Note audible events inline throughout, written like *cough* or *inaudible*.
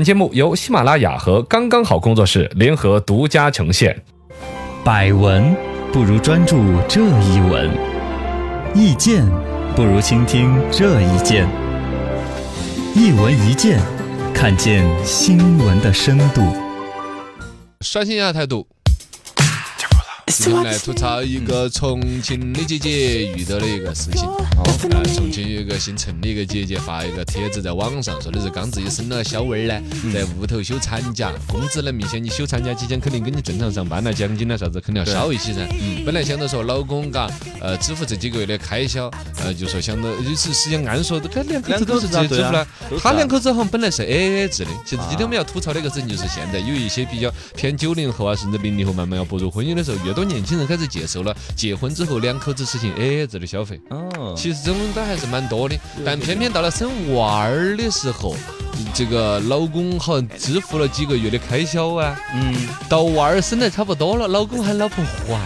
本节目由喜马拉雅和刚刚好工作室联合独家呈现。百闻不如专注这一闻，意见不如倾听这一见。一闻一见，看见新闻的深度。刷新一下态度。今天来吐槽一个重庆的姐姐遇到的一个事情。啊，重庆有一个姓陈的一个姐姐发一个帖子在网上，说的是刚自己生了小娃儿呢，在屋头休产假，工资呢明显你休产假期间肯定跟你正常上班了，奖金了啥子肯定要少一些噻。嗯本来想着说老公嘎，呃，支付这几个月的开销，呃，就说想着就是实际上按说这个两口子啊都是直啊接支付了，他两口子好像本来是 AA 制的。其实今天我们要吐槽的一个事情就是现在有一些比较偏九零后啊，甚至零零后慢慢要步入婚姻的时候，越多年轻人开始接受了结婚之后两口子实行 AA 制的消费。哦，其实这种都还是蛮多的，但偏偏到了生娃儿的时候，这个老公好像支付了几个月的开销啊，嗯，到娃儿生得差不多了，老公喊老婆还。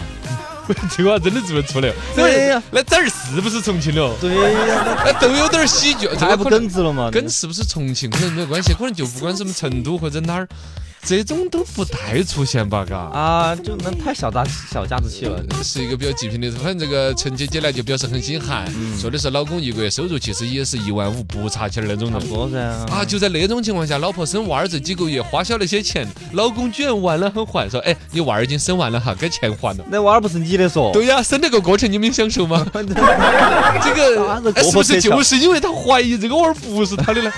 *laughs* 这个娃真的做不出来，对呀那这儿是不是重庆了？对呀， *laughs* 那都有点儿喜剧，这还个不可能根子了啊吗？跟是不是重庆可能没有关系，可能就不管什么成都或者哪儿，这种都不太出现吧，嘎。呃啊，就那太小家小家子气了。是一个比较极品的，反正这个陈姐姐呢就表示很心寒，嗯说的是老公一个月收入其实也是一万五不差钱儿那种差人不。多噻，啊，就在那种情况下，老婆生娃儿这几个月花销那些钱，老公居然完了很还，说哎，你娃儿已经生完了哈，该钱还了。那娃儿不是你的说，对呀，生那个过程你没享受吗？这啥子个国哎是货不是车厂就是因为他怀疑这个娃儿不是他 *laughs* 的呢？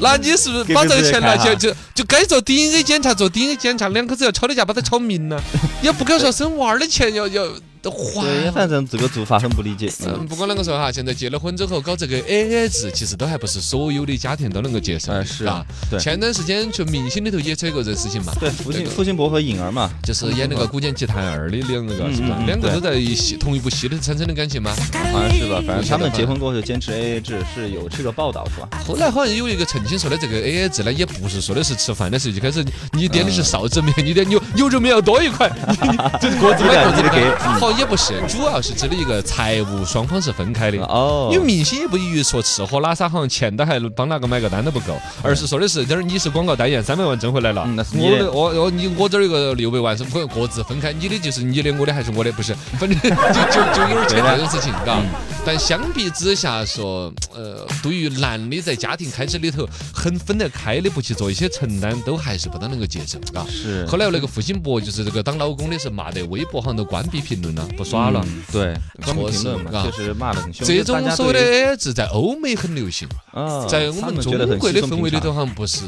那你是不是把这个钱拿起来就就该做 DNA 检查做 DNA 检查，两口子要吵的架把他吵明了，也不敢说生娃儿的钱要要对，还。反正这个做法很不理解。嗯，不管啷个说哈，现在结了婚之后搞这个 AA 制，其实都还不是所有的家庭都能够接受。哎是吧啊对前段时间去明星里头也出过这事情嘛，对，父这亲个父亲伯和颖儿嘛，就是演那个《古剑奇谭二》的两个，是吧嗯？嗯两个对都在一戏同一部戏里头产生的感情吗？好像哎是吧？反正他们嗯结婚过后就坚持 AA 制，是有这个报道是吧？后来好像有一个澄清说的这个 AA 制呢，也不是说的是吃饭的时候就开始你点的是臊子面，你点牛牛肉面要多一块，你你这各自买各自你得给的。好像也不是，主要是指的一个财务双方是分开的。哦，因为明星也不于说吃喝拉撒，好像钱都还帮哪个买个单都不够，而是说的是，这儿你是广告代言，三百万挣回来了嗯那，是你我的的我我你我这儿有个六百万，是各各自分开，你的就是你的，我的还是我的，不是，反正 *laughs* 就就就有点钱这种事情，啊嘎。嗯但相比之下说，呃，对于男的在家庭开支里头很分得开的，不去做一些承担，都还是不大能够接受，嘎。是后来那个付辛博就是这个当老公的是骂得微博好像都关闭评论了，不耍了。嗯对，专门评论嘛，确确实实骂得很凶。这种所谓就的是 AA 制在欧美很流行，大家对，啊在我他们中觉得很国稀的松氛平围里常头，好像不是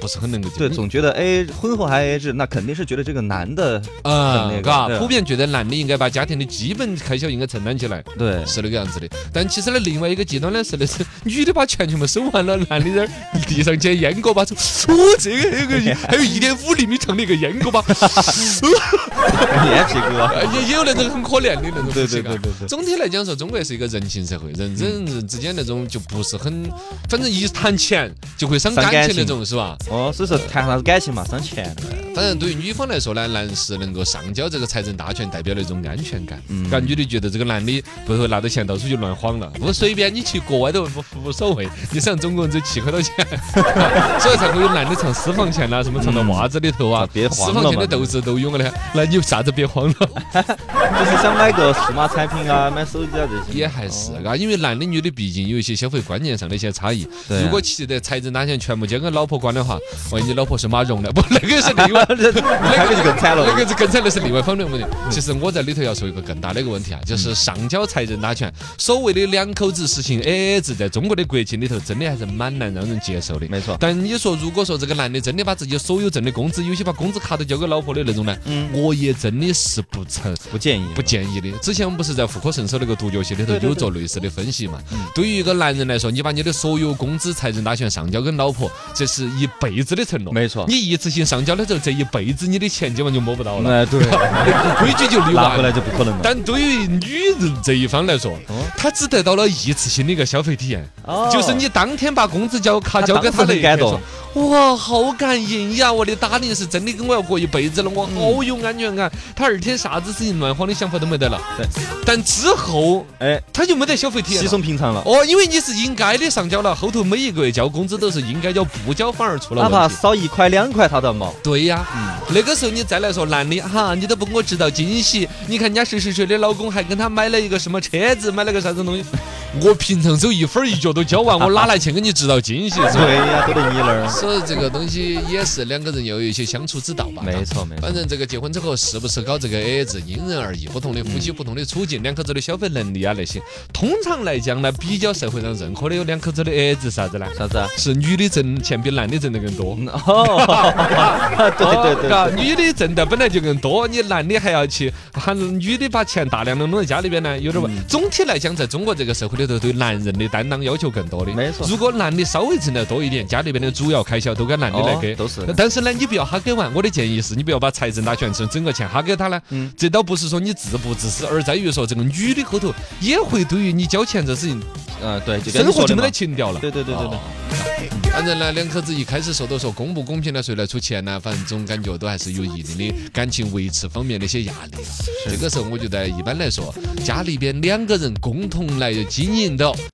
不是很能够接对，受总觉得 AA 婚后还 AA 制，那肯定是觉得这个男的啊很那，个嘎，对普遍觉得男的应该把家庭的基本开销应该承担起来。对是那个样子的，但其实呢，另外一个极端呢是那是女的把钱全部收完了，男的在那儿地上捡烟锅巴，说哦，这个还有个还有一点五厘米长的一个烟 *laughs* 锅巴，哎也皮哥，也也有那种很可怜的那种对夫对妻嘎对对嗯对，总体来讲说，中国是一个人情社会，人人人之间那种就不是很，反正一谈钱就会伤伤感感情那情种，是吧？哦，所以说谈啥子感情嘛，伤钱的。反正对于女方来说呢，男士能够上交这个财政大权，代表了一种安全感。嗯感女的觉得这个男的不会拿着钱到处去乱晃了，我随便你去国外都无无所谓。你想中国人只有七块多钱， *laughs* 所以才会有男的藏私房钱啊啦，什么藏到袜子里头啊嗯，别私慌了房嘛钱的斗智斗勇了，那你有啥子别慌了？就是想买个数码产品啊，买手机啊这些。也还是啊，因为男的女的毕竟有一些消费观念上的一些差异。对啊。如果骑得财政大权全部交给老婆管的话，万一你老婆是马蓉的，不，那个是另外 *laughs* 这那个就更惨了嗯那。个是更惨的是另外一方面的问题。其实我在里头要说一个更大的一个问题啊，就是上交财政大权，所谓的两口子实行 AA 制，在中国的国情里头，真的还是蛮难让人接受的。没错但你说，如果说这个男的真的把自己所有挣的工资，有些把工资卡都交给老婆的那种呢，嗯我也真的是不成不建议，不建议的。之前我们不是在妇科圣手那个独角戏里头有做类似的分析嘛？嗯对于一个男人来说，你把你的所有工资、财政大权上交给老婆，这是一辈子的承诺。没错你一次性上交了之后，这一辈子你的钱基本就摸不到了，哎， *laughs* 对，规矩就立拿完回了来。就不哦可能了。但对于女人这一方来说，她只得到了一次性的一个消费体验，哦就是你当天把工资交卡交给她她当时的很感动说哇，好感人呀！我的 darling 是真的跟我要过一辈子了，我好有安全感。他二天啥子事情乱晃的想法都没得了对，但之后哎，他就没得消费体验稀了。松平常了。 *laughs* 哦，因为你是应该的上交了，后头每一个月交工资都是应该交，不交反而出了哪怕问题。少一块两块，他都要毛。对呀、那个时候你再来说男的哈，你都不给我制造惊喜。你看人家谁谁谁的老公还跟他买了一个什么车子，买了个啥子东西。 *laughs* 我平常走一分儿一角都交完，我哪来钱给你制造惊喜 *laughs* 是吧？对呀，都得你那儿。所以这个东西也是两个人要有一些相处之道吧。没错没错反，正这个结婚之后适不适搞这个 AA 制，因人而异，不同的夫妻、不同的处境，两口子的消费能力啊那些。通常来讲呢，比较社会上认可的有两口子的 AA 制是啥子呢？啥子啊？是女的挣钱比男的挣得更多。嗯哦， *laughs* 对对嘎对，女的挣的本来就更多，你男的还要去喊女的把钱大量的弄在家里边呢，有点儿不。嗯总体来讲，在中国这个社会里头，对男人的担当要求更多的。没错如果男的稍微挣得多一点，家里边的主要开销都该男的来给。哦都是但是呢，你不要他给完。我的建议是，你不要把财政大权整整个钱哈给他呢。嗯这倒不是说你自不自私，而在于说这个女的后头也会对于你交钱这事情，嗯对，就跟你生活说就的没嘛得。情调了。对对对对对哦。反正呢，两口子一开始说都说公不公平呢，谁来出钱呢？反正总感觉都还是有一定的感情维持方面的一些压力啊。这个时候，我觉得一般来说，家里边两个人共同来经营的。